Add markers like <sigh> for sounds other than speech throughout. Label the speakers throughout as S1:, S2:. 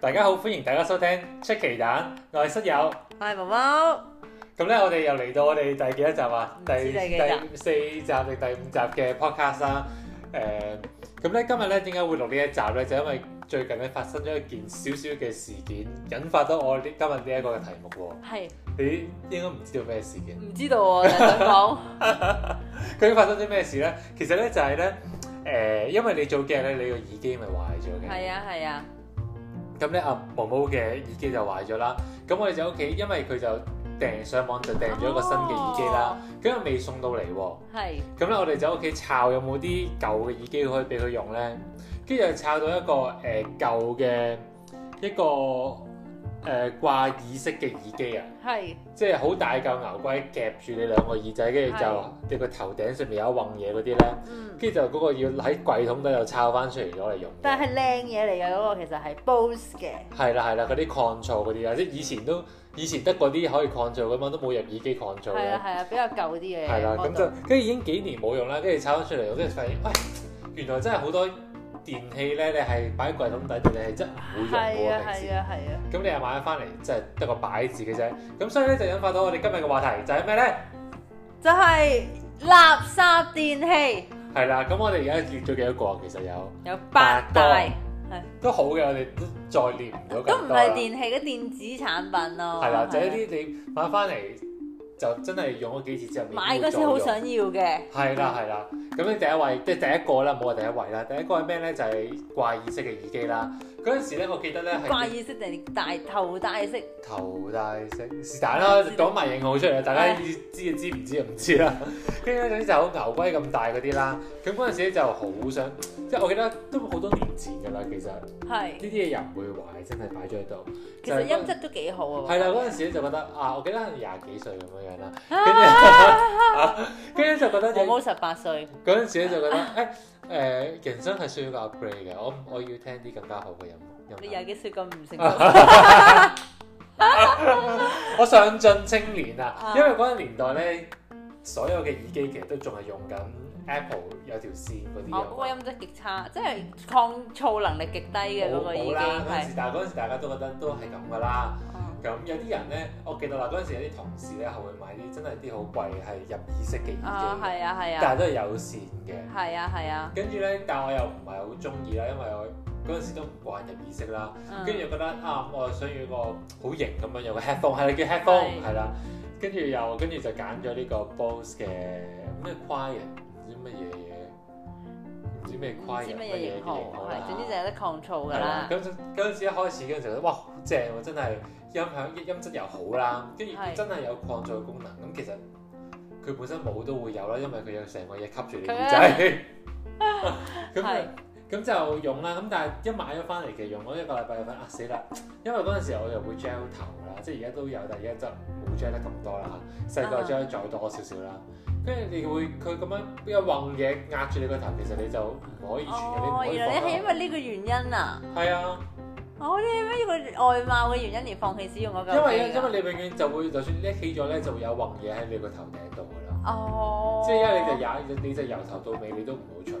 S1: 大家好，歡迎大家收聽出奇蛋，我係室友。
S2: 我係毛毛，
S1: 咁咧，我哋又嚟到我哋第幾多集啊？
S2: 唔
S1: 第
S2: 知第幾集
S1: 第四集定第五集嘅 podcast 啦。誒，咁咧今日咧點解會錄呢一集咧？就因為最近咧發生咗一件少少嘅事件，引發到我呢今日呢一個嘅題目喎。
S2: 係
S1: 你應該唔知道咩事件？
S2: 唔知道喎，就想講
S1: <laughs> 究竟發生啲咩事咧？其實咧就係咧誒，因為你早幾日咧，你個耳機咪壞咗嘅。
S2: 係啊係啊，
S1: 咁咧啊，毛毛嘅耳機就壞咗啦。咁我哋就喺屋企，因為佢就訂上網就訂咗一個新嘅耳機啦。咁又未送到嚟喎。
S2: 哦，係
S1: 咁咧我哋就喺屋企抄有冇啲舊嘅耳機可以俾佢用咧。跟住就抄到一個誒、呃、舊嘅一個誒、呃、掛耳式嘅耳機啊，
S2: 係
S1: 即係好大嚿牛龜夾住你兩個耳仔，跟住就
S2: 係
S1: 你個頭頂上面有一泓嘢嗰啲咧。
S2: 嗯，
S1: 跟住就嗰個要喺櫃桶度又抄翻出嚟攞嚟用嘅。
S2: 但係靚嘢嚟嘅嗰個其實係 Bose 嘅，
S1: 係啦係啦，嗰啲抗噪嗰啲啦，即係以前都以前得嗰啲可以抗噪噶嘛，都冇入耳機抗噪
S2: 係啊
S1: 嘅。
S2: 係啊，比較舊啲嘅，
S1: 係啦，咁就跟住已經幾年冇用啦，跟住炒翻出嚟，我跟住發現，喂，原來真係好多電器咧，你係擺喺櫃桶底度，你係真係唔會用
S2: 係啊
S1: 嘅喎。平時
S2: 係啊係啊，
S1: 咁你又買咗翻嚟，即係得個擺字嘅啫。咁所以咧就引發到我哋今日嘅話題就係咩咧？
S2: 就係垃圾電器
S1: 係啦，咁我哋而家列咗幾多個啊？其實有
S2: 有八大，
S1: 都好嘅，我哋都再列唔到咁多
S2: 都唔
S1: 啦
S2: 係電器嘅電子產品咯，
S1: 係啦，就係
S2: 係啊
S1: 一啲你買翻嚟就真係用咗幾次之後，
S2: 買嗰時好想要嘅，
S1: 係啦係啦，咁你第一位即係第一個啦，冇話第一位啦，第一個係咩咧？就係、掛耳式嘅耳機啦。嗰陣時咧，我記得咧
S2: 掛
S1: 係
S2: 耳式定係大頭戴式，
S1: 頭戴式是但啦，講埋型號出嚟，大家知知就知，唔知就唔知啦。跟住咧，總之就好牛龜咁大嗰啲啦。咁嗰陣時咧就好想，即係我記得都好多年前㗎啦。其實呢
S2: 係
S1: 啲嘢又唔會壞，真係擺咗喺度。
S2: 其
S1: 就係
S2: 實
S1: 嗰
S2: 音質都幾好啊，
S1: 係啦，嗰陣時咧就覺得啊，我記得係廿幾歲咁樣樣啦。跟住
S2: 啊，
S1: 跟住就覺得
S2: 毛
S1: 有
S2: 毛十八歲。
S1: 嗰陣時咧就覺得誒誒、人生係需要一個 upgrade 嘅，我我要聽啲更加好嘅音樂
S2: 你
S1: 音樂
S2: 有。幾歲咁唔成
S1: <laughs> 我上進青年啊，
S2: 啊
S1: 因為嗰個年代咧，所有嘅耳機其實都仲係用緊 Apple 有條線嗰啲
S2: 我嗰個
S1: 啊
S2: 音質極差，即係抗噪能力極低嘅嗰個
S1: 冇
S2: 已
S1: 冇
S2: 經
S1: 啦，嗰陣
S2: 係
S1: 時，但係嗰陣時大家都覺得都係咁噶啦。
S2: 嗯
S1: 咁有啲人咧，我記得啦，嗰陣時有啲同事咧係會買啲真係啲好貴係入耳式嘅耳
S2: 啊
S1: 機嘅，
S2: 係啊係啊
S1: 但係都係有線嘅。
S2: 係啊係啊，
S1: 跟住咧，但我又唔係好中意啦，因為我嗰陣時都唔慣入耳式啦，
S2: 嗯
S1: 跟住又覺得啊，我想要個好型咁樣有個 headphone，係啦叫 headphone，
S2: 係
S1: 係啦，跟住又跟住就揀咗呢個 Bose 嘅咩 Quiet 唔知乜嘢嘢，唔知咩
S2: 唔
S1: Quiet
S2: 知
S1: 啊乜嘢
S2: 乜嘢
S1: 嘅
S2: 型
S1: 型
S2: 號
S1: 號啦
S2: 係，總之就有得抗噪㗎
S1: 係啦
S2: 啦，。
S1: 咁嗰陣時一開始嗰陣時覺得哇好正喎，真係音響音質又好啦，跟住
S2: 係
S1: 真係有抗噪功能，咁其實佢本身冇都會有啦，因為佢有成個嘢吸住你
S2: 佢啊
S1: 耳仔，
S2: <laughs>
S1: 咁
S2: 係
S1: 就。咁就用啦，咁但係一買咗翻嚟其實用咗一個禮拜就發現啊死啦！因為嗰陣時我又會 gel 頭啦，即係而家都有，但係而家就冇 gel 得咁多啦。細個
S2: 啊
S1: gel 再多少少啦，跟住你會佢咁樣一泓嘢壓住你個頭，其實你就唔可以傳嘅，你唔
S2: 哦，
S1: 可以
S2: 原來你係因
S1: 放
S2: 為呢個原因啊！
S1: 開。係啊。
S2: 哦，你係因為呢個外貌嘅原因而放棄使用嗰嚿
S1: 因為
S2: 嘢㗎
S1: 因為你永遠就會，就算你起咗咧，就會有泓嘢喺你個頭頂度噶啦。
S2: 哦，
S1: 即係因為你就由你就由頭到尾你都唔好除，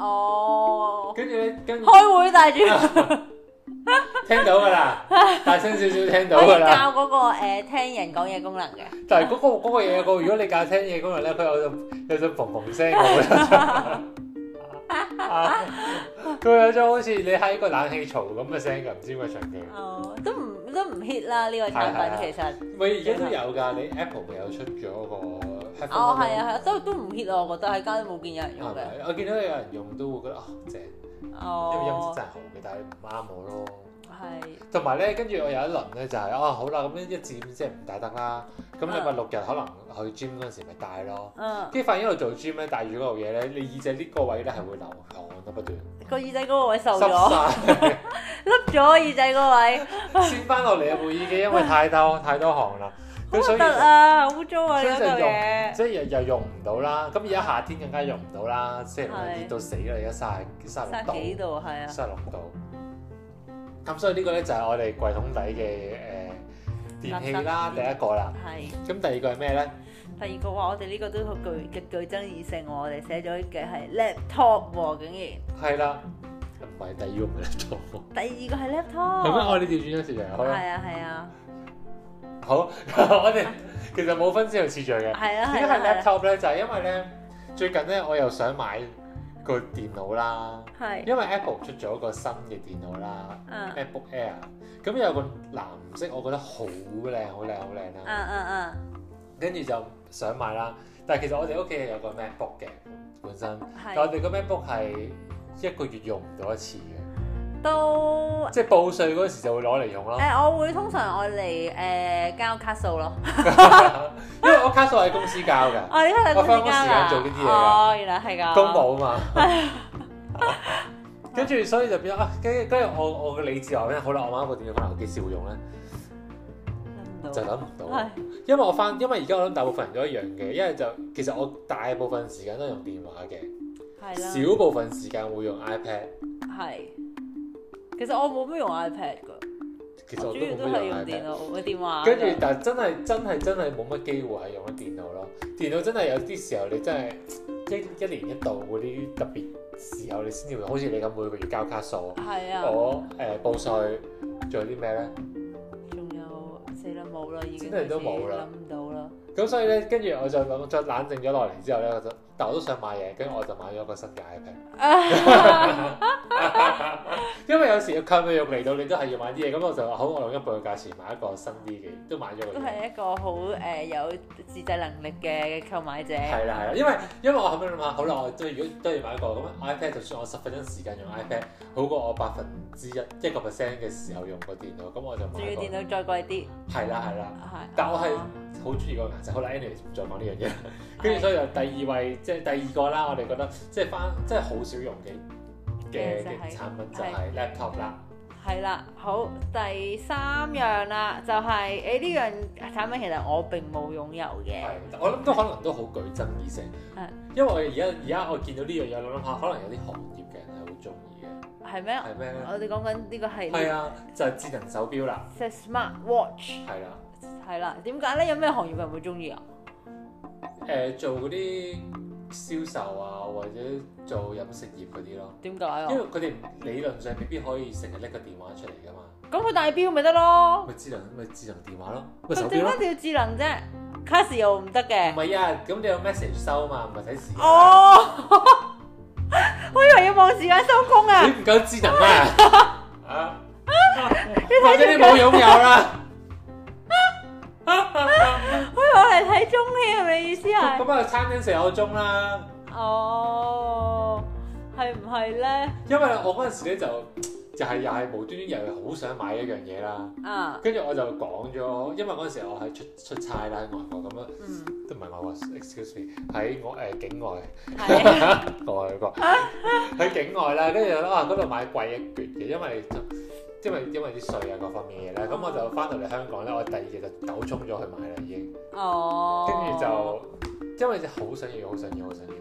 S2: 哦，
S1: 跟住咧
S2: <laughs>
S1: 跟住
S2: 開會帶住。
S1: <laughs> 聽到噶啦，大聲少少聽到
S2: 可以
S1: 噶啦。
S2: 教嗰個誒聽人講嘢功能嘅，
S1: 但係嗰、個嗰、個嘢個，如果你教聽嘢嗰個咧，佢有種有種嘭嘭聲
S2: <laughs>
S1: 咁樣。啊佢有種好似你喺個冷氣槽咁嘅聲㗎，唔知點解長期。
S2: 哦，都唔都唔 hit 啦呢個產品其實。
S1: 喂，而家都有㗎，你 Apple 咪有出咗個 headphone
S2: 哦，係啊，係啊，都都唔 hit 啊我覺得喺街都冇見有人用
S1: 係
S2: 嘅。
S1: 咪？我見到有人用都會覺得啊正。因為音質
S2: 哦，
S1: 真係好嘅，但係唔啱我咯。
S2: 係
S1: 同埋咧，跟住我有一輪咧就係、啊好啦，咁樣一至五即係唔戴得啦。咁
S2: 啊
S1: 禮拜六日可能去 gym 嗰陣時咪戴咯。
S2: 嗯，
S1: 跟住發現一路做 gym 咧，戴住嗰嚿嘢咧，你耳仔呢個位咧係會流汗咯，不斷
S2: 個耳仔嗰個位瘦咗，
S1: 濕
S2: 凹咗耳仔嗰位，
S1: <laughs> 晒， <laughs> 先翻落嚟啊部耳機，因為太
S2: <laughs>
S1: 多太多汗啦。
S2: 好
S1: 咁所以
S2: 核突啊，好污糟啊！你
S1: 所以
S2: 嗰
S1: 就
S2: 嚿
S1: 用
S2: 嘢，
S1: 即係又又用唔到啦。咁而家夏天更加用唔到啦，星期六日
S2: 係
S1: 熱到死啦，而家三十三十六
S2: 三
S1: 度
S2: 幾。度係啊，
S1: 失落到。咁所以呢個咧就係我哋櫃桶底嘅誒、電器啦，
S2: 垃圾
S1: 第一個啦。
S2: 係。
S1: 咁第二個係咩咧？
S2: 第二個話我哋呢個都好具極具爭議性喎，我哋寫咗嘅係 laptop 喎，竟
S1: 係啦，唔係第二個唔係 laptop，
S2: 第二個係
S1: 係咩？我
S2: laptop，
S1: 哋調轉咗次序，好啦，
S2: 係啊係啊，
S1: 好，我哋其實冇分先後次序嘅。
S2: 係啊
S1: 點解係
S2: 係啊係啊
S1: laptop 咧？就係因為咧，最近咧我又想買個電腦啦，
S2: 係，
S1: 因為 Apple 出咗個新嘅電腦啦
S2: 嗯
S1: ，MacBook Air。咁有個藍色，我覺得好靚，好靚，好靚
S2: 嗯
S1: 啦。
S2: 嗯
S1: 跟住就想買啦，但係其實我哋屋企係有個 MacBook 嘅本身，
S2: 嗯，
S1: 但我
S2: 係
S1: 哋個 MacBook 係一個月用唔到一次嘅，
S2: 都
S1: 即係報稅嗰時就會攞嚟用咯
S2: 誒、。我會通常我嚟誒、交卡數咯，
S1: 因為我卡數喺公司交
S2: <laughs>
S1: 㗎，
S2: 我呢個係
S1: 我
S2: 公
S1: 返
S2: 司
S1: 工
S2: 交
S1: 時間
S2: 㗎
S1: 做呢啲嘢㗎
S2: 哦，原來係咁。
S1: 公務啊嘛。
S2: <laughs>
S1: 跟住所以就變咗啊，跟住跟住我我嘅理智話咩？好啦，我買一部電腦可能我幾時會用咧，
S2: 諗唔
S1: 就
S2: 到
S1: 諗唔到
S2: 係。
S1: 因為我翻，因為而家我諗大部分人都一樣嘅，因為就其實我大部分時間都係用電話嘅，
S2: 係啦，
S1: 少部分時間會用 iPad。
S2: 係。其實我冇乜用 iPad 㗎，
S1: 其實我
S2: 主
S1: 都
S2: 要
S1: 冇
S2: 都係
S1: 乜
S2: 用
S1: 用
S2: 電
S1: iPad。
S2: 腦個電話㗎。
S1: 跟住，但係真係真係真係冇乜機會係用咗電腦咯。電腦真係有啲時候你真係一一年一度嗰啲特別時候，你先至會好似你咁每個月交卡數。
S2: 係啊，
S1: 我誒、呃、報稅，仲有啲咩咧？
S2: 仲有死啦冇啦，已經
S1: 真係都冇啦
S2: 諗唔到啦。
S1: 咁所以咧，跟住我就諗，再冷靜咗落嚟之後咧，我就，但我都想買嘢，跟住我就買咗個新嘅 iPad。因為有時購物欲嚟到，你都係要買啲嘢，咁我就話好，我用一倍嘅價錢買一個新啲嘅，都買咗個
S2: 都
S1: 嘢。
S2: 係一個好誒、有自制能力嘅購買者。
S1: 係啦係啦，因為因為我後尾諗下，好啦，我都如果都要買一個咁 iPad，就算我十分鐘時間用 iPad，好過我百分之一一個 percent 嘅時候用個電腦，咁我就
S2: 仲
S1: 買
S2: 要
S1: 個
S2: 電。腦再貴啲，
S1: 係啦係啦。
S2: 係。
S1: 但我係
S2: 啊
S1: 好中意嗰個顏色。好啦，anyways 唔再講呢樣嘢。跟住所以就第二位，即係第二個啦。我哋覺得即係翻，即係好少用嘅嘅
S2: 嘅就
S1: 嘅
S2: 係
S1: 產品就係 laptop 啦。
S2: 係啦，好，第三樣啦，就係誒呢樣產品其實我並冇擁有嘅，
S1: 係，我諗都可能都好具爭議性
S2: 係。
S1: 因為我而家而家我見到呢樣嘢，我諗下可能有啲行業嘅人係好中意嘅，
S2: 係咩？
S1: 係咩咧？
S2: 啊我哋講緊呢個係
S1: 係啊，就係智能手錶啦，
S2: 即係 smart watch，
S1: 係啦。
S2: 係啦，點解咧？有咩行業人會中意啊？
S1: 誒，做嗰啲銷售啊，或者做飲食業嗰啲咯，
S2: 點解啊
S1: 因？為佢哋理論上未必可以成日拎個電話出嚟㗎嘛。
S2: 咁佢戴錶咪得咯，
S1: 咪智能咪智能電話咯，咪手
S2: 哦
S1: 錶
S2: 佢點
S1: 咯。
S2: 解一定要智能啫？卡士又唔得
S1: 唔
S2: 嘅，
S1: 係啊，咁你有 message 收嘛，唔係睇啊時間。
S2: <laughs> 哦，我以為要望時間收工啊
S1: 你！唔夠智能
S2: <laughs>
S1: 啊！啊， <laughs> 或者你冇擁有
S2: <laughs>
S1: 啦。
S2: 我以為我嚟睇中添，你意思係？
S1: 咁啊，餐廳食有鐘啦。
S2: 哦，係唔係咧？
S1: 因為我嗰陣時咧就就係又係無端端又係好想買一樣嘢啦，
S2: 啊，
S1: 跟住我就講咗，因為嗰陣時我係出出差啦，喺外國咁樣
S2: 嗯。
S1: 都唔係外國，excuse me，喺我誒境
S2: <laughs>
S1: 外。 <laughs>
S2: 係
S1: 外國喺境外啦，跟住就諗啊嗰度買貴一橛嘅，因為因為因為啲稅啊各方面嘢
S2: 哦
S1: 咧，咁我就翻到嚟香港咧，我第二日就狗衝咗去買啦已經，
S2: 哦，
S1: 跟住就因為好想要好想要好想要，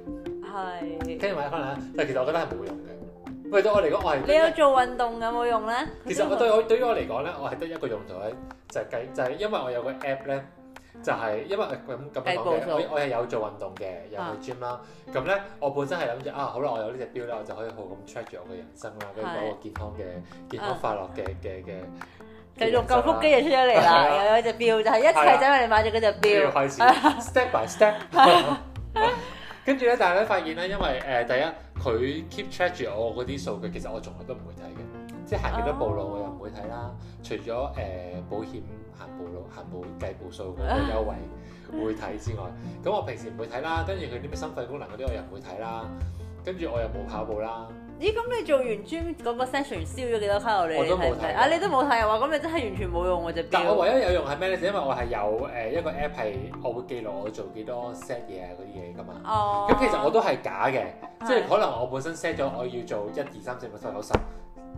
S2: 係。
S1: 跟住買翻嚟啦，但係其實我覺得係冇用嘅。喂，對我嚟講，我係
S2: 你有做運動有冇用咧？
S1: 其實我對我對於我嚟講咧，我係得一個用途咧，就係計就係因為我有個 app 咧，就係因為呃咁咁樣
S2: 計
S1: 講
S2: 步
S1: 嘅，
S2: 數
S1: 我我係有做運動嘅，
S2: 啊
S1: 有去 gym 啦。咁咧，我本身係諗住啊，好啦，我有呢隻表咧，我就可以好咁 check 住我嘅人生啦，跟住
S2: 係
S1: 嗰個健康嘅健康
S2: 啊
S1: 快樂嘅嘅嘅，
S2: 繼續舊腹肌就出咗嚟
S1: 係啊
S2: 啦，又有一隻表，就係一切仔為你買咗嗰隻
S1: 跟住
S2: 表。
S1: 開始 step by step。跟住咧，但係咧發現咧，因為誒、呃第一佢 keep check 住我嗰啲數據，其實我從來都唔會睇嘅，即係行幾多步路我又唔會睇啦。除咗誒、呃保險行步路行步計步數嗰個優惠會睇之外，咁我平時唔會睇啦。跟住佢啲咩心肺功能嗰啲我又唔會睇啦。跟住我又冇跑步啦，
S2: 咦？咁你做完 gym 嗰個 session 燒咗幾多卡路里？
S1: 我
S2: 你
S1: 都冇
S2: 睇唔睇
S1: 睇
S2: 啊？你都冇睇啊？哇！咁你真係完全冇用喎隻
S1: 但
S2: 表。
S1: 我唯一有用係咩咧？就因為我係有誒、呃一個 app 係我會記錄我做幾多 set 嘢啊嗰啲嘢噶嘛。
S2: 哦。啊
S1: 咁其實我都係假嘅，即係
S2: 係
S1: 可能我本身 set 咗我要做一二三四五六七八九十，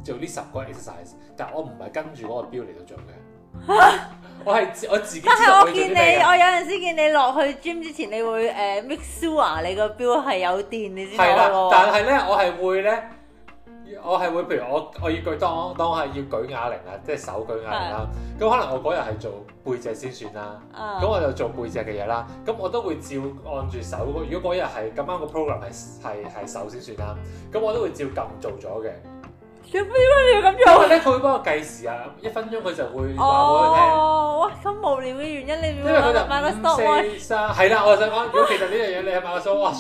S1: 做呢十個 exercise，但我唔係跟住嗰個標嚟到做嘅，我係自我自己知
S2: 但係
S1: 道
S2: 我
S1: 要做啲
S2: 見
S1: 咩
S2: 你，
S1: 嘅。
S2: 我有陣時見你落去 gym 之前，你會呃誒 make sure 啊你個表係有電，你先
S1: 係啦，
S2: 攞
S1: 但
S2: 喎。
S1: 係咧，我係會咧，我係會譬如我我要舉當當係要舉啞鈴啦，即係手舉啞鈴啦。咁可能我嗰日係做背脊先算啦。
S2: 啊
S1: 咁我就做背脊嘅嘢啦，咁我都會照按住手。如果嗰日係咁啱個 program 係係係手先算啦，咁我都會照撳做咗嘅。
S2: 做咩你要咁
S1: 因
S2: 做
S1: 為？ <laughs> 咧佢會幫我計時啊，一分鐘佢就會話我聽。
S2: 哦，哇！咁無聊嘅原因，你
S1: 因
S2: 點
S1: 為佢
S2: 會
S1: 就
S2: 買買個 stop
S1: 五
S2: watch？
S1: 四三，係啦，我就想講，如果其實呢樣嘢你係買個 stop
S2: <laughs>
S1: watch，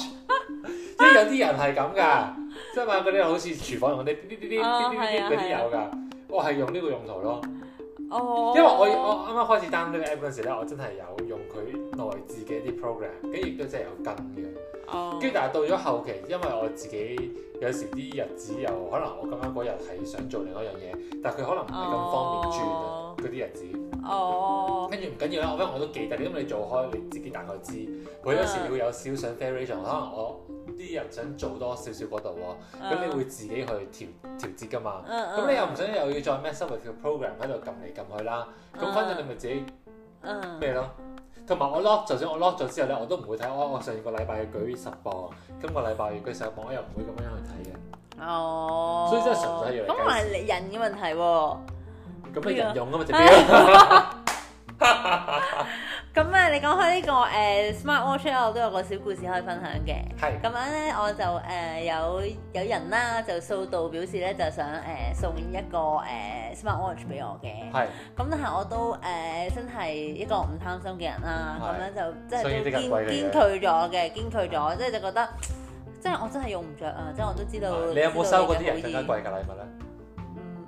S1: 即係有啲人係咁㗎，即係買嗰啲好似廚房用嗰啲啲啲啲啲
S2: 啊
S1: 啲嗰啲有㗎，我係用呢個用途咯。
S2: 哦，
S1: 因為我我啱啱開始 down 呢個 app 嗰陣時咧，我真係有用佢內置嘅一啲 program，跟住亦都真係有跟嘅。
S2: 哦
S1: 跟住但係到咗後期，因為我自己有時啲日子又可能我咁啱嗰日係想做另一樣嘢，但係佢可能唔係咁方便轉啊
S2: 哦
S1: 嗰啲日子。
S2: 哦
S1: 跟住唔緊要啦，我因為我都記得，因為你做開，你自己大概知。佢有時會有少少 variation，可能我啲人想做多少少嗰度喎，
S2: 咁
S1: 咁你會自己去調調節噶嘛。
S2: 嗯
S1: 咁你又唔想又要再 mess up with 個 program 喺度撳嚟撳去啦。咁反正你咪自己
S2: 嗯
S1: 咩咯。同埋我 lock，就算我 lock 咗之後咧，我都唔會睇。我我上個禮拜舉十磅，今個禮拜舉十磅，我又唔會咁樣去睇嘅。
S2: 哦，
S1: 所以真係純粹係要嚟
S2: 咁
S1: 計
S2: 係你人嘅問題喎。
S1: 咁你人用啊嘛，隻
S2: <laughs>
S1: 表
S2: 呢個。咁啊，你講開呢個誒 smart watch 咧，我都有個小故事可以分享嘅。
S1: 係
S2: 咁樣咧，我就誒、呃有有人啦，就數度表示咧，就想誒、呃送一個誒、呃 smart watch 俾我嘅。
S1: 係
S2: 咁但係我都誒、呃真係一個唔貪心嘅人啦，
S1: 嗯係
S2: 咁樣就即係
S1: 所以呢啲咁
S2: 都
S1: 貴嘅嘢
S2: 堅堅拒咗嘅，堅拒咗，即係就覺得。即係我真係用唔着啊！即係我都知道。
S1: 嗯你有冇收過啲人
S2: 知
S1: 更加
S2: 道你嘅
S1: 貴嘅禮物咧？啊
S2: 好意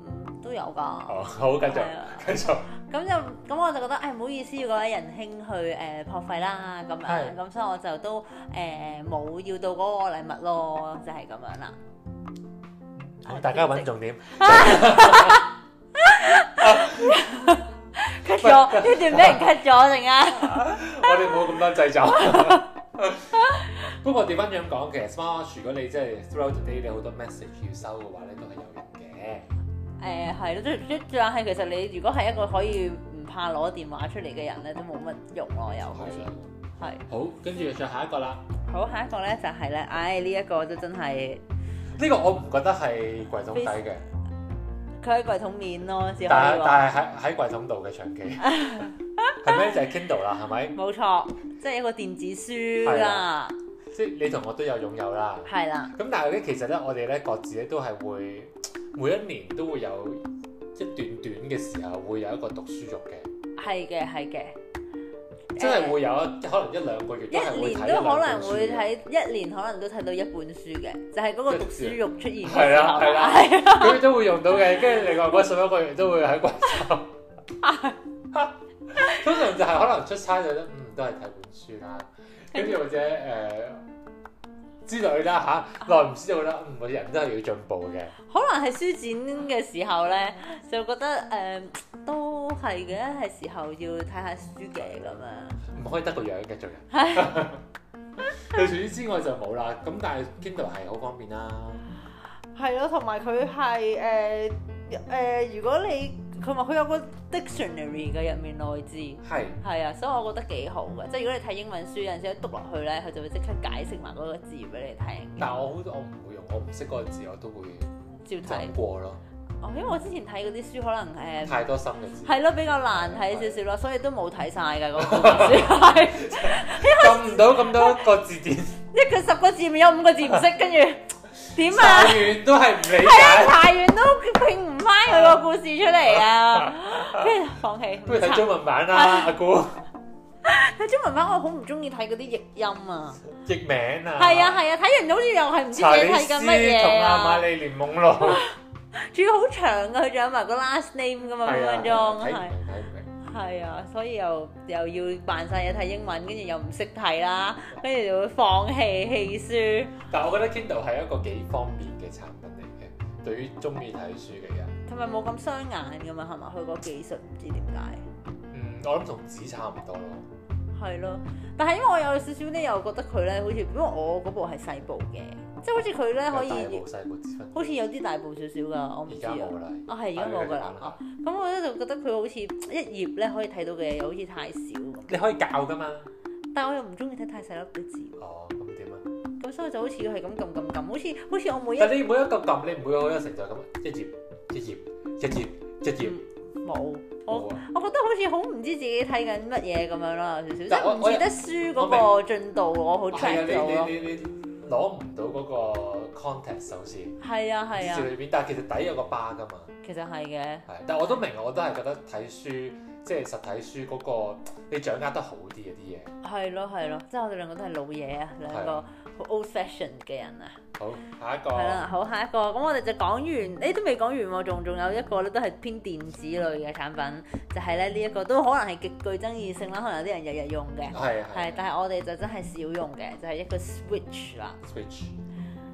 S2: 嗯，都有㗎。
S1: 哦，好，繼續
S2: 係啊
S1: 繼續。
S2: 咁就咁我就覺得，哎誒唔好意思，要嗰位仁兄去誒、呃、撲費啦，咁
S1: 係
S2: 樣，咁所以我就都誒冇、要到嗰個禮物咯，就係、咁樣啦。
S1: 好大家揾重點。
S2: cut 咗呢段俾人 cut 咗，陣間。
S1: 我哋冇咁多製作。
S2: <laughs>
S1: <laughs> 不過調翻轉咁講，其實 smart watch 如果你真係 throughout the day 你好多 message 要收嘅話咧，都係有用嘅。
S2: 誒係咯，最最但係其實你如果係一個可以唔怕攞電話出嚟嘅人咧，都冇乜用咯，又好似
S1: 係啦。
S2: 係。
S1: 好，跟住再下一個啦。
S2: 好，下一個咧就係、咧，唉呢一個都真係
S1: 呢個我唔覺得係櫃桶底嘅，
S2: 佢喺櫃桶面咯，只可以
S1: 但係
S2: 話。
S1: 但係喺喺櫃桶度嘅長期 <laughs> 係咩？就係 Kindle 啦，係咪？
S2: 冇錯，即係一個電子書
S1: 係
S2: 啦，
S1: 即係你同我都有擁有啦。
S2: 係啦，
S1: 咁但係咧，其實咧，我哋咧各自咧都係會每一年都會有一段短嘅時候會有一個讀書慾嘅。
S2: 係嘅，係嘅。
S1: 真係會有一可能一兩個月
S2: 一
S1: 都係會
S2: 年
S1: 睇
S2: 都可
S1: 兩
S2: 能
S1: 本書
S2: 會
S1: 嘅。
S2: 睇，一年可能都睇到一本書嘅，就係、嗰個讀書欲出現嘅時候
S1: 係啦係啦
S2: 係啊
S1: 佢都會用到嘅，跟住另外嗰十一個月都會喺貴州。通常就係可能出差就覺得嗯都係睇本書啦，跟住或者誒、呃之類啦吓，耐唔時就覺得嗯個人都係要進步嘅，
S2: 可能係書展嘅時候咧，就覺得誒、嗯都係嘅，係時候要睇下書嘅咁啊樣。
S1: 唔可以得個樣嘅做人。佢除此之外就冇啦，咁但係 Kindle 係好方便啦，
S2: 係咯，同埋佢係誒誒，如果你佢話佢有個 dictionary 嘅入面內置。
S1: 係
S2: 係啊，所以我覺得幾好嘅，即係如果你睇英文書有陣時一篤落去咧，佢就會即刻解釋埋嗰個字俾你
S1: 但係我好我唔會用，我唔識嗰個字我都會
S2: 聽，照睇
S1: 走。過咯，
S2: 哦，因為我之前睇嗰啲書可能誒
S1: 太多深嘅字。
S2: 係咯比較難睇少少咯，所以都冇睇晒㗎嗰本 <laughs> 書係，
S1: 撳唔到咁多個字典，
S2: 即係佢十個字面有五個字唔識，跟
S1: <laughs>
S2: 住點啊
S1: 查？完都係唔理解。
S2: 查完都拼唔翻佢個故事出嚟
S1: <laughs>
S2: 啊！跟住放棄。
S1: 不如睇
S2: 查 <laughs>
S1: 中文版啦，阿古
S2: 睇中文版我好唔中意睇嗰啲譯音啊！
S1: 譯名啊。
S2: 係啊係啊，睇完好似又係唔知
S1: 查
S2: 自
S1: 理
S2: 己睇
S1: 斯
S2: 緊乜嘢
S1: 同阿
S2: 啊
S1: 瑪！麗蓮夢露。
S2: 仲要好長噶，佢仲有埋個 last name 噶嘛，
S1: 啊
S2: 分分鐘
S1: 睇唔
S2: 係
S1: 明睇唔明。
S2: 係啊，所以又又要扮晒嘢睇英文，跟住又唔識睇啦，跟住就會放棄棄書。
S1: 但我覺得 Kindle 係一個幾方便嘅產品嚟嘅，對於中意睇書嘅人。
S2: 同埋冇咁傷眼噶嘛，係咪？佢個技術唔知點解
S1: 嗯，我諗同紙差唔多咯。
S2: 係咯，但係因為我有少少咧，又覺得佢咧好似，因為我嗰部係細部嘅，即係好似佢咧可
S1: 有大部
S2: 以，
S1: 細部之分。
S2: 好似有啲大部少少噶，我唔
S1: 而
S2: 知
S1: 家
S2: 啊。
S1: 冇啦。
S2: 啊係而家冇㗎啦哦
S1: 啊
S2: 咁我咧就覺得佢好似一頁咧可以睇到嘅嘢，又好似太少咁。
S1: 你可以教㗎嘛？
S2: 但我又唔中意睇太細粒嘅字喎。
S1: 哦，咁點啊？
S2: 咁所以就好似係咁撳撳撳，好似好似我每一
S1: 但你每一個撳，你唔會好有成就感。一頁一頁一頁一頁。
S2: 冇，我
S1: 冇啊！
S2: 我覺得好似好唔知自己睇緊乜嘢咁樣啦，有少少即
S1: 但我
S2: 係唔似得書嗰個進度，我好
S1: 係
S2: track 到
S1: 啊，
S2: 咯。
S1: 你你你你攞唔到嗰個 context 好似
S2: 係啊係
S1: 字
S2: 啊，
S1: 裏邊，但係其實底有個巴㗎嘛。
S2: 其實係嘅。
S1: 係，但我都明，我都係覺得睇書即係實體書嗰、個你掌握得好啲嘅啲嘢。
S2: 係咯係咯，即係我哋兩個都係老嘢啊，兩個好 old fashion 嘅人啊。
S1: 好，下一個
S2: 係啦，好下一個，咁我哋就講完，誒都未講完喎，仲仲有一個咧都係偏電子類嘅產品，就係咧呢一個都可能係極具爭議性啦，可能有啲人日日用嘅，
S1: 係
S2: 係
S1: 係，
S2: 但係我哋就真係少用嘅，就係一個 Switch 啦。
S1: Switch，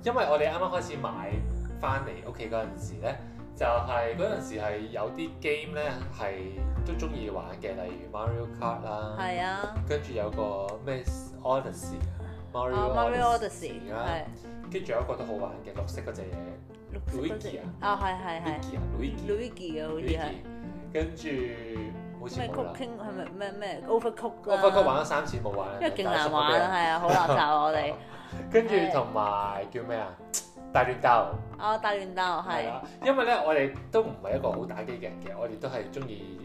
S1: 因為我哋啱啱開始買翻嚟屋企嗰陣時咧，就係嗰陣時係有啲 game 咧係都中意玩嘅，例如 Mario Kart 啦，
S2: 係啊
S1: 跟住有個咩 Odyssey 啊
S2: 啊
S1: Mario
S2: ，Mario
S1: Odyssey 啊
S2: Odyssey
S1: 啦
S2: 係，
S1: 跟住有一個都好玩嘅綠色嗰只嘢
S2: 綠色嗰隻
S1: Luigi 啊
S2: 啊，係係係
S1: Luigi 啊 Luigi
S2: Luigi 嘅好似係
S1: Luigi，跟住好似
S2: 咩
S1: 冇啦
S2: Cooking 係咪咩咩 Overcook
S1: 我發覺
S2: 啦，
S1: 玩咗三次冇玩啦，
S2: 因為勁
S1: 大
S2: 難
S1: 叔
S2: 玩
S1: 俾人
S2: 啊，係啊，好垃圾啊我哋。
S1: 跟住同埋叫咩啊？大亂鬥
S2: 哦，大亂鬥
S1: 係
S2: 係
S1: 啦，因為咧我哋都唔係一個好打機嘅人嘅，我哋都係中意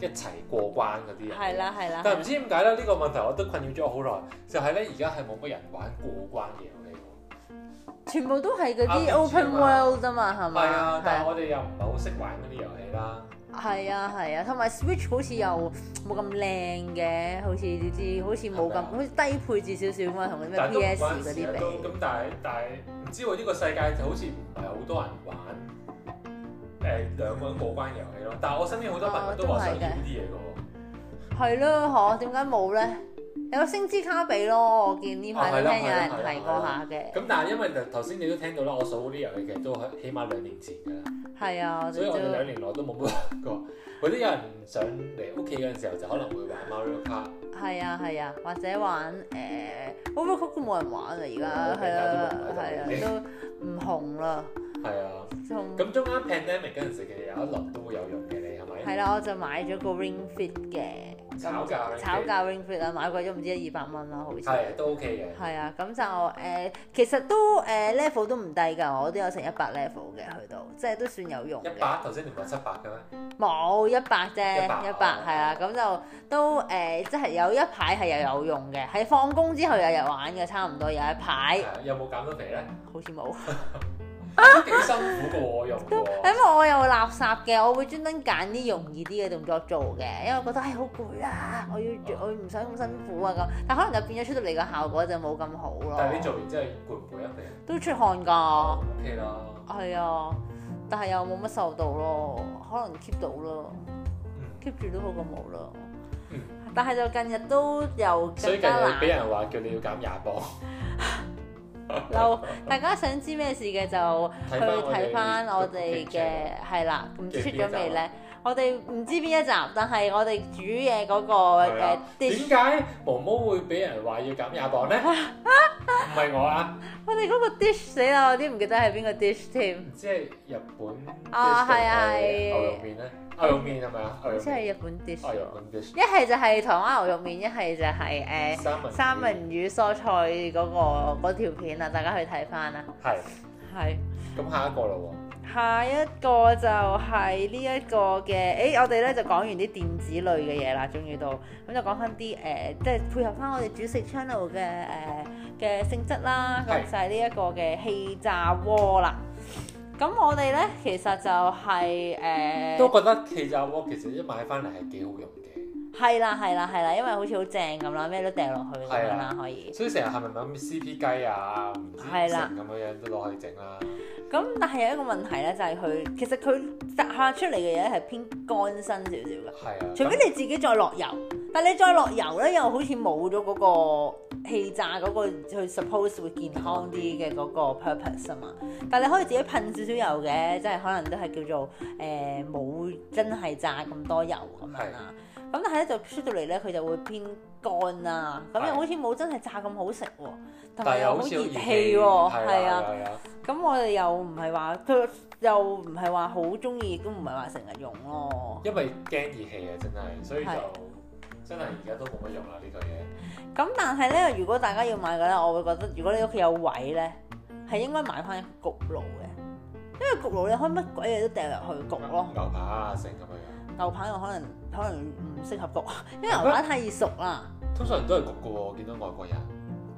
S1: 一齊過關嗰啲人。
S2: 係。啦係啦，
S1: 但係唔知點解咧，呢個問題我都困擾咗我好耐，就係咧而家係冇乜人玩過關嘅遊戲喎。
S2: 全部都係嗰啲
S1: RPG
S2: open
S1: 嘛
S2: world 啊嘛，係
S1: 係啊
S2: 嘛，？
S1: 但係
S2: 係
S1: 我哋又唔係好識玩嗰啲遊戲啦。
S2: 係啊係啊，同埋 Switch 好似又冇咁靚嘅，好似你知，好似
S1: 係
S2: 冇
S1: 咪
S2: 咁
S1: 啊
S2: 好似低配置少少嘛，啊同嗰啲咩
S1: 但係都唔
S2: PS
S1: 關
S2: 嗰
S1: 事
S2: 啲
S1: 啊都
S2: 比
S1: 咁，但係但係唔知喎，呢個世界就好似唔係好多人玩誒兩個人過關嘅遊戲咯。但係我身邊好多朋友都話想要呢啲嘢嘅喎。
S2: 係咯嗬？點解冇咧？有個星之卡比咯，我見呢排
S1: 哦係
S2: 都
S1: 啦
S2: 聽
S1: 係
S2: 有
S1: 啦
S2: 人
S1: 係啦
S2: 提過下嘅，
S1: 咁但係因為就頭先你都聽到啦，我數嗰啲遊戲其實都係起碼兩年前㗎啦，
S2: 係啊，我
S1: 所以
S2: 哋
S1: 我哋兩
S2: 都
S1: 年內都冇乜玩過。或者有人上嚟屋企嗰陣時候就可能會玩 Mario Kart，
S2: 係啊係啊，或者玩誒 Overcooked 都冇人玩啦，而家係啊係啊
S1: 冇嘅大家
S2: 都唔紅啦，
S1: 係啊。
S2: 仲。
S1: 咁中間 pandemic 嗰陣時，其實有一輪都會有用嘅，你係咪？
S2: 係啦，我就買咗個 Ring Fit 嘅，咁
S1: 炒價
S2: 就
S1: Ring Fit
S2: 炒價 Ring Fit 啊，買貴咗唔知一二百蚊啦，好似
S1: 係都 OK 嘅。
S2: 係啊，咁就誒、其實都誒、level 都唔低㗎，我都有成一百 level 嘅去到，即係都算有用
S1: 一
S2: 嘅。
S1: 百頭先你唔係七百嘅咩？
S2: 冇一百啫，
S1: 100
S2: 一百係啊，咁就都誒、即係有一排係又有用嘅，喺放工之後日日玩嘅，差唔多有一排，
S1: 係啊有冇減到肥咧？
S2: 好似冇。
S1: 都幾辛苦嘅喎，用
S2: 都因
S1: 喎。
S2: 為我有垃圾嘅，我會專登揀啲容易啲嘅動作做嘅，因為我覺得唉哎好攰啦，我
S1: 啊
S2: 要我唔想咁辛苦啊咁，但可能就變咗出到嚟嘅效果就冇咁好咯。
S1: 但係你做完之後攰唔攰啊？肥
S2: 都出汗㗎，
S1: OK 啦。
S2: 係啊，但係又冇乜瘦到咯，可能 keep 到咯
S1: 嗯，
S2: ，keep 住都好過冇咯
S1: 嗯。
S2: 但係就近日都又
S1: 所以
S2: 更
S1: 近
S2: 加
S1: 日俾
S2: 難
S1: 人話叫你要減廿磅， <laughs>
S2: 嬲，大家想知咩事嘅就。去睇翻我哋嘅係啦，唔知出
S1: 啊
S2: 咗未咧？我哋唔知邊一集，但係我哋煮嘢嗰個
S1: 係啊
S2: 誒
S1: 點
S2: dish，
S1: 解毛毛會俾人話要減廿磅
S2: <laughs>
S1: 咧？唔係我啊，
S2: 我哋嗰個 dish 死啦！我啲唔記得係邊個 dish 添，
S1: 即係日本
S2: 啊
S1: dish
S2: 係啊
S1: 嘅
S2: 係
S1: 牛肉麵咧，牛肉麵係咪啊？牛
S2: 好
S1: 肉
S2: 似
S1: 麵，
S2: 係日本 dish
S1: 啊
S2: 喎。
S1: 牛肉麵 dish，
S2: 一係就係台灣牛肉麵，一係就係誒
S1: 三文
S2: 三文魚蔬菜嗰個嗰條片啊，大家去睇翻啦。
S1: 係
S2: 係
S1: 咁下一個啦喎，
S2: 下一個就係呢一個嘅，誒、我哋咧就講完啲電子類嘅嘢啦，終於到，咁就講翻啲誒，即係配合翻我哋主食 channel 嘅誒嘅性質啦，咁
S1: 係
S2: 就係呢一個嘅氣炸鍋啦。咁我哋咧其實就係、誒。
S1: 都覺得氣炸鍋其實一買翻嚟係幾好用嘅，
S2: 係啦，係啦，係啦，因為好似好正咁啦，咩都掉落去咁樣
S1: 係
S2: 啦
S1: 啊，
S2: 可以。
S1: 所以成日係咪買咩 CP 雞啊，唔知
S2: 係啦
S1: 成咁樣樣都攞去整啦，
S2: 咁但係有一個問題咧，就係、佢其實佢炸下出嚟嘅嘢係偏乾身少少嘅。
S1: 係啊，
S2: 除非你自己再落油，但你再落油咧，又好似冇咗嗰個氣炸嗰、個佢 suppose 會健康啲嘅嗰個 purpose 啊嘛。但你可以自己噴少少油嘅，即係可能都係叫做誒冇、真係炸咁多油咁樣啦。咁但係咧就出到嚟咧，佢就會偏乾啦，咁又
S1: 係
S2: 好似冇真係炸咁好食喎，同
S1: 但
S2: 埋
S1: 係
S2: 又
S1: 又
S2: 好
S1: 好
S2: 熱
S1: 似好熱
S2: 氣喎，
S1: 係
S2: 係啊。
S1: 係啊，
S2: 咁我哋又唔係話佢又唔係話好中意，亦都唔係話成日用咯。
S1: 因為驚熱氣啊，真係，所以就
S2: 係
S1: 真係而家都冇乜用啦呢個嘢。
S2: 咁但係咧，如果大家要買嘅咧，我會覺得如果你屋企有位咧，係應該買翻一個焗爐嘅，因為焗爐你可以乜鬼嘢都掉入去焗咯。
S1: 牛扒啊，成咁樣，
S2: 牛排又可能可能唔適合焗， <laughs> 因為牛排太易熟啦，
S1: 通常都係焗嘅喎，我見到外國人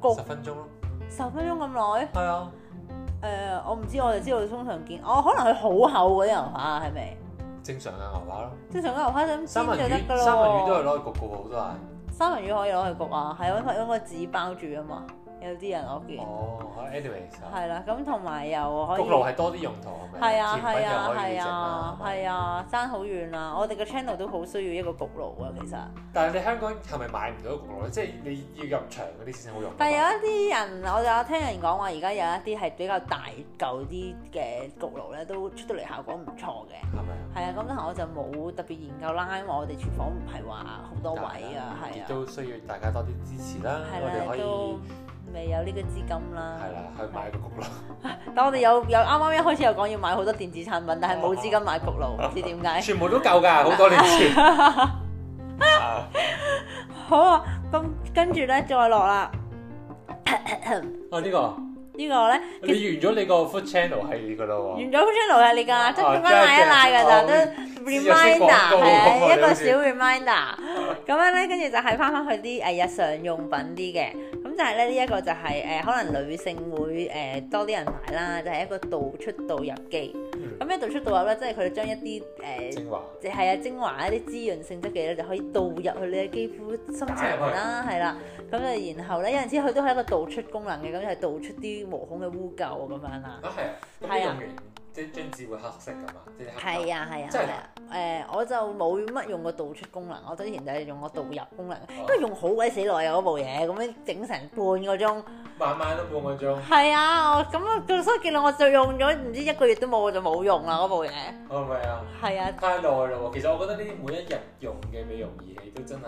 S2: 焗
S1: 十分鐘咯，
S2: 十分鐘咁耐。
S1: 係啊，
S2: 我唔知，我就知道通常見，我、可能佢好厚嗰啲牛扒係咪？
S1: 正常嘅牛扒咯。
S2: 即係上牛扒就咁
S1: 三
S2: 煎
S1: 文
S2: 就得
S1: 魚，
S2: 㗎咯。
S1: 三文魚都係攞嚟焗嘅喎，好多人。
S2: 三文魚可以攞去焗啊，係因為因為紙包住啊嘛，有啲人我見
S1: 哦，anyways，啊
S2: 係啦，咁同埋又可以
S1: 焗爐係多啲用途係咪？
S2: 係啊
S1: 甜
S2: 係
S1: 品
S2: 啊
S1: 又可以
S2: 係
S1: 整
S2: 啊
S1: 啦。係咪
S2: 係啊，爭好遠啊！我哋嘅 channel 都好需要一個焗爐啊，其實。
S1: 但係你香港係咪買唔到焗爐咧？即係你要入場嗰啲先好用㗎嘛。
S2: 但係啊有一啲人，我就有聽人講話，而家有一啲係比較大嚿啲嘅焗爐咧，都出到嚟效果唔錯嘅。
S1: 係咪啊？
S2: 係啊，咁但係我就冇特別研究啦，因為我哋廚房唔係話好多位啊，
S1: 亦
S2: 係啊，
S1: 都需要大家多啲支持啦。我哋可
S2: 係啦，
S1: 以
S2: 都未有呢個資金啦。
S1: 係啦，去買個焗爐。
S2: 但我哋有有啱啱一開始有講要買好多電子產品，但係冇資金買焗
S1: 啊
S2: 爐，唔知點解。
S1: 全部都夠㗎，好多年前。
S2: <laughs>
S1: 啊
S2: 好啊，咁跟住咧再落啦。 <coughs>
S1: 哦，呢個
S2: 呢個咧
S1: 你完咗你個 food channel 系列㗎咯
S2: 完
S1: 喎。
S2: 咗 channel 係你㗎，即係
S1: 啊
S2: 咁樣拉一拉㗎咋，
S1: 哦即
S2: 都
S1: 係知有識
S2: reminder
S1: 廣告
S2: 係
S1: 咁啊你好似哦
S2: 啊，一個小 reminder。咁樣咧，跟住就係翻翻去啲誒日常用品啲嘅。咁就係咧，呢一個就係誒可能女性會誒多啲人買啦，就係一個導出導入機。
S1: 嗯
S2: 咁一導出導入咧，即係佢哋將一啲誒。
S1: 精華。
S2: 即係啊精華一啲滋潤性質嘅咧，就可以導入去你嘅肌膚深層
S1: 啊
S2: 啦，係啦。咁啊，然後咧有陣時佢都係一個導出功能嘅，咁就係導出啲毛孔嘅污垢咁樣啦。
S1: 啊係啊，咁
S2: 係啊
S1: 用完即係張紙會黑色㗎嘛，即係黑
S2: 係啊係啊
S1: 真係
S2: 係啊！誒、我就冇乜用過導出功能，我之前就係用過導入功能，因為用好鬼死耐啊嗰部嘢，咁樣整成半個鐘。
S1: 晚晚都半個鐘。
S2: 係啊，我咁啊，所以結論我就用咗唔知一個月都冇，我就冇用啦嗰部嘢。
S1: 哦，唔係啊，
S2: 係啊，
S1: 太耐啦喎。其實我覺得呢啲每一日用嘅美容儀器都真係，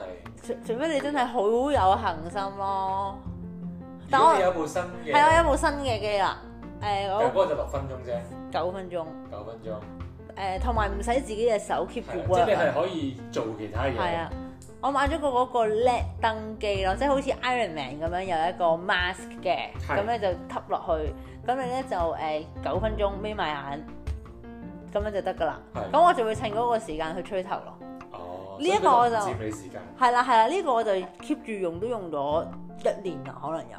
S2: 除除非你真係好有恒心咯。
S1: 如
S2: 但
S1: 果
S2: 我
S1: 你有部新嘅，
S2: 係啊，有部新嘅機啦。誒、
S1: 但係嗰
S2: 我
S1: 個就六分鐘啫，
S2: 九分鐘，
S1: 九分
S2: <laughs>
S1: 鐘。
S2: 誒同埋唔使自己隻手 keep
S1: 係啊即係你
S2: 住 work 啊
S1: 係可以做其他嘢。
S2: 係啊，我買咗個嗰個 LED 燈機咯，即係好似 Iron Man 咁樣有一個 mask 嘅，
S1: 係
S2: 咁咧就吸落去，咁你咧就誒九、分鐘眯埋眼，咁樣就得㗎啦。
S1: 係
S2: 咁我就會趁嗰個時間去吹頭咯。
S1: 哦，
S2: 呢一個我就
S1: 所以唔佔你時間，
S2: 係啦係啦，呢、個我就 keep 住用都用咗一年啦，可能有。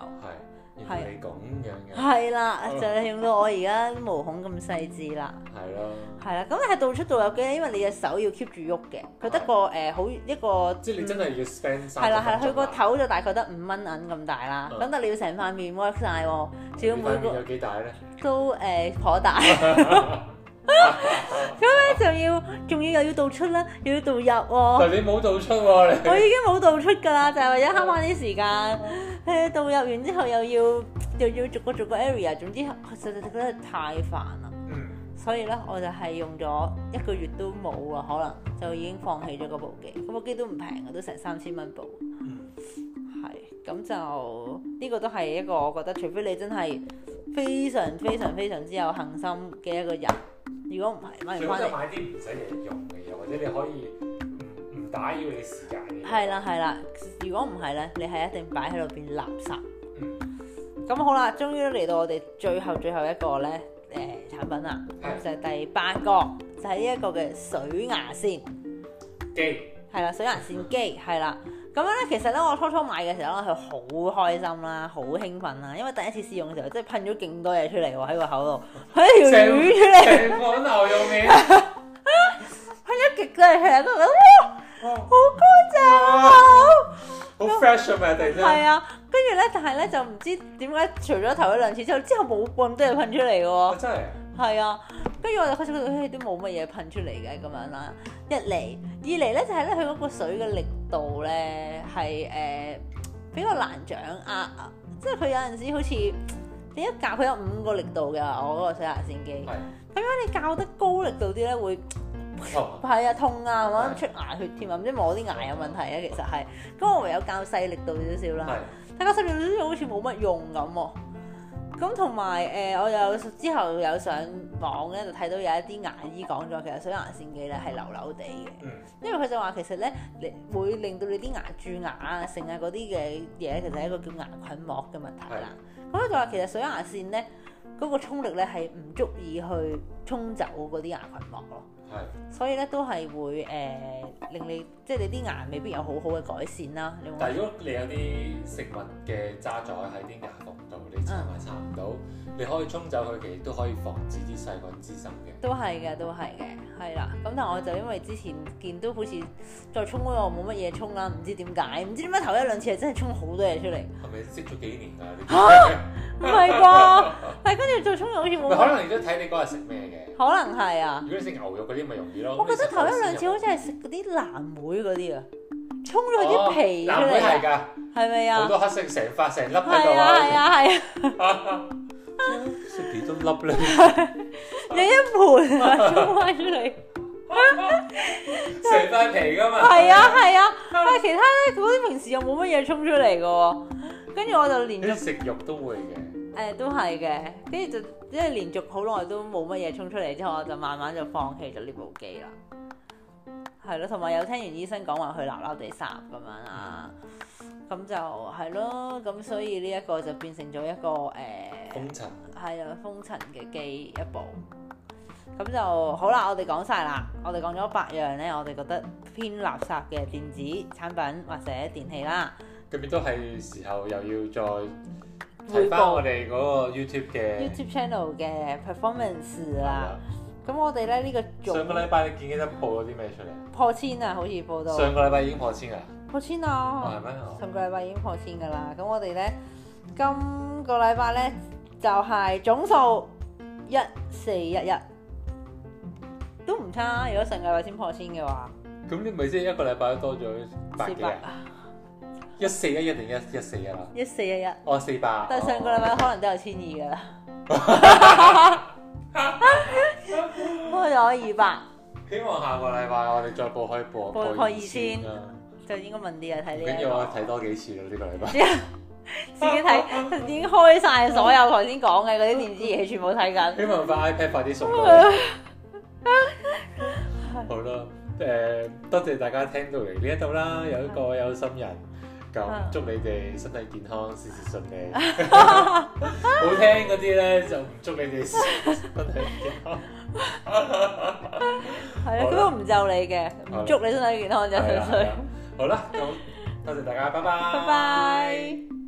S1: 係原來你咁樣嘅，
S2: 係啦，
S1: 嗯
S2: 就係用到我而家毛孔咁細緻啦。
S1: 係咯，
S2: 係啦，咁你係到出到入機咧，因為你隻手要 keep 住喐嘅，佢得個誒好一個
S1: 即係你真係要 spend 三
S2: 係啦係啦，
S1: 十
S2: 佢
S1: 分
S2: 個
S1: 鐘啊。
S2: 頭就大概得五蚊銀咁大啦，
S1: 嗯
S2: 咁但係你要成塊面 work 晒喎，仲要
S1: 你
S2: 每
S1: 塊面
S2: 個
S1: 有幾大咧？
S2: 都誒
S1: <laughs>
S2: 頗大，咁咧仲要仲要又要導出啦，又要導入
S1: <laughs>
S2: 喎，
S1: 但你冇導出喎，你
S2: 我已經冇導出㗎啦，就係為咗慳翻啲時間，誒導入完之後又要又要逐個逐個 area，總之實在覺得太煩啦。
S1: 嗯，
S2: 所以咧，我就係用咗一個月都冇啊，可能就已經放棄咗嗰部機。嗰部機都唔平嘅，啊都成三千蚊部。
S1: 嗯
S2: 係，咁就呢、個都係一個我覺得，除非你真係非常非常非常之有恒心嘅一個人，如果唔係買
S1: 最
S2: 完
S1: 好
S2: 翻
S1: 就買啲
S2: 嚟，
S1: 唔使日日用嘅嘢，或者你可以唔唔打擾你時間嘅嘢。
S2: 係啦係啦，如果唔係咧，你係一定擺喺度變垃圾。
S1: 嗯，
S2: 咁好啦，終於都嚟到我哋最後最後一個咧誒、產品啦，咁就係第八個，就係呢一個嘅水牙線。 <laughs>
S1: 機
S2: 係啦，水牙線機係啦。咁樣咧，其實咧，我初初買嘅時候咧，佢好開心啦，好興奮啦，因為第一次試用嘅時候，即係噴咗勁多嘢出嚟喎喺個口度，噴咗條魚出嚟，
S1: 成款牛肉麵，
S2: 噴咗極多嘢出嚟，都覺得
S1: 哇
S2: 哇
S1: <laughs> 好 fresh 啊嘛！突然之
S2: 好係
S1: 間，
S2: 啊。跟住咧，但係咧就唔知點解，除咗頭一兩次之後，之後冇咁多嘢噴出嚟嘅喎
S1: 啊。真係啊
S2: 係啊，跟住我就開始覺得，嘿都冇乜嘢噴出嚟嘅咁樣啦。一嚟，二嚟咧就係咧佢嗰個水嘅力度咧係誒比較難掌握，啊即係佢有陣時好似你一教佢有五個力度嘅，我嗰個水牙線機。
S1: 係
S2: 咁樣你教得高力度啲咧會
S1: 哦
S2: 係啊痛啊，咁樣
S1: 係
S2: 出牙血添啊，唔知係咪我啲牙有問題啊，其實係。咁我唯有教細力度少少啦。
S1: 係
S2: 大家十年都好似冇乜用咁喎。咁同埋誒，我有之後有上網咧，就睇到有一啲牙醫講咗，其實水牙線機咧係流流地嘅，
S1: 嗯
S2: 因為佢就話其實咧，你會令到你啲牙蛀牙啊、剩啊嗰啲嘅嘢，其實係一個叫牙菌膜嘅問題啦。咁佢就話其實水牙線咧嗰、個衝力咧係唔足以去沖走嗰啲牙菌膜咯。
S1: 係
S2: 所以咧都係會誒、令你即係你啲牙未必有好好嘅改善啦。你會
S1: 但係如果你有啲食物嘅渣滓喺啲牙縫到，你搽埋搽唔到，你可以沖走佢，其實都可以防止啲細菌滋生嘅。
S2: 都係嘅，都係嘅，係啦。咁但係我就因為之前見到好似再沖嗰個冇乜嘢沖啦，唔知點解，唔知點解頭一兩次係真係沖好多嘢出嚟，
S1: 係咪識咗幾年㗎？你
S2: 唔係啩？係跟住再沖又好似冇
S1: 咪可
S2: 乜，
S1: 能你都睇你嗰日食咩嘅。
S2: 可能係啊。
S1: 如果你食牛肉嗰啲咪容易咯。
S2: 我覺得頭一兩
S1: 兩
S2: 次好似係食嗰啲藍莓嗰啲啊，沖咗啲皮出
S1: 男妹係
S2: 嚟啊，
S1: 㗎，
S2: 哦係咪啊
S1: 好？多黑色成塊成粒喺
S2: 係
S1: 度
S2: 啊係
S1: 啊！
S2: 啊係啊，
S1: 食幾多粒咧？
S2: 你一盤啊沖翻出 <laughs> 嚟，
S1: 成塊皮㗎嘛。
S2: 係啊係啊，但係其他咧嗰啲平時又冇乜嘢沖出嚟嘅喎，跟住我就連
S1: 你
S2: 續
S1: 食肉都會嘅，
S2: 誒呃都係嘅，跟住就即係連續好耐都冇乜嘢沖出嚟之後，我就慢慢就放棄咗呢部機啦。係咯，同埋有聽完醫生講話佢流流地霎咁樣啦，咁就係咯，咁所以呢一個就變成咗一個誒。
S1: 風塵
S2: 係啊，封塵嘅機一部。咁就好啦，我哋講晒啦，我哋講咗八樣呢，我哋覺得偏垃圾嘅電子產品或者電器啦。
S1: 咁亦都係時候又要再
S2: 回
S1: 睇翻我
S2: 報
S1: 哋嗰個 YouTube 嘅。
S2: YouTube channel 嘅 performance
S1: 係
S2: 啦
S1: 啦。
S2: 咁我哋咧呢、呢個
S1: 上個
S2: 總
S1: 禮拜你見記得報咗啲咩出嚟？
S2: 破千啊，好似報道
S1: 上個禮拜已經破千㗎啦，
S2: 破千
S1: 哦
S2: 啊
S1: 係，咩？哦
S2: 上個禮拜已經破千噶啦。咁我哋呢，今個禮拜呢，就係、總數一四一一，都唔差。如果上個禮拜先破千嘅話。
S1: 咁你咪即係一個禮拜都多咗百
S2: 四
S1: 幾
S2: 百
S1: 啊？一四一一定一一四一啦？
S2: 一四一一，
S1: 哦，四百。哦
S2: 但係上個禮拜可能都有千二噶啦，開咗二百
S1: 希望下個禮拜我哋再報可以報
S2: 報破二千
S1: 啦。
S2: 就應該問啲人啊睇
S1: 啊唔
S2: 呢
S1: 緊
S2: 一
S1: 要，我
S2: 個，
S1: 睇多幾次咯，呢個禮拜。
S2: 自己睇已經開晒所有頭先講嘅嗰啲電子儀器全部睇緊，
S1: 希望把 iPad 快啲送到嚟。好啦，誒、多謝大家聽到嚟呢一度啦，有一個有心人，咁祝你哋身體健康，事事 <laughs> 順利。好聽嗰啲咧就唔祝你哋事事身體 <laughs> 健康。
S2: 係啦，
S1: 好
S2: 根
S1: 啦
S2: 本唔就你嘅，
S1: 好啦
S2: 唔祝你身體健康就
S1: 係啊啦
S2: 純
S1: 係
S2: 粹
S1: 啦，好啦，咁多謝大家，拜拜。
S2: 拜拜。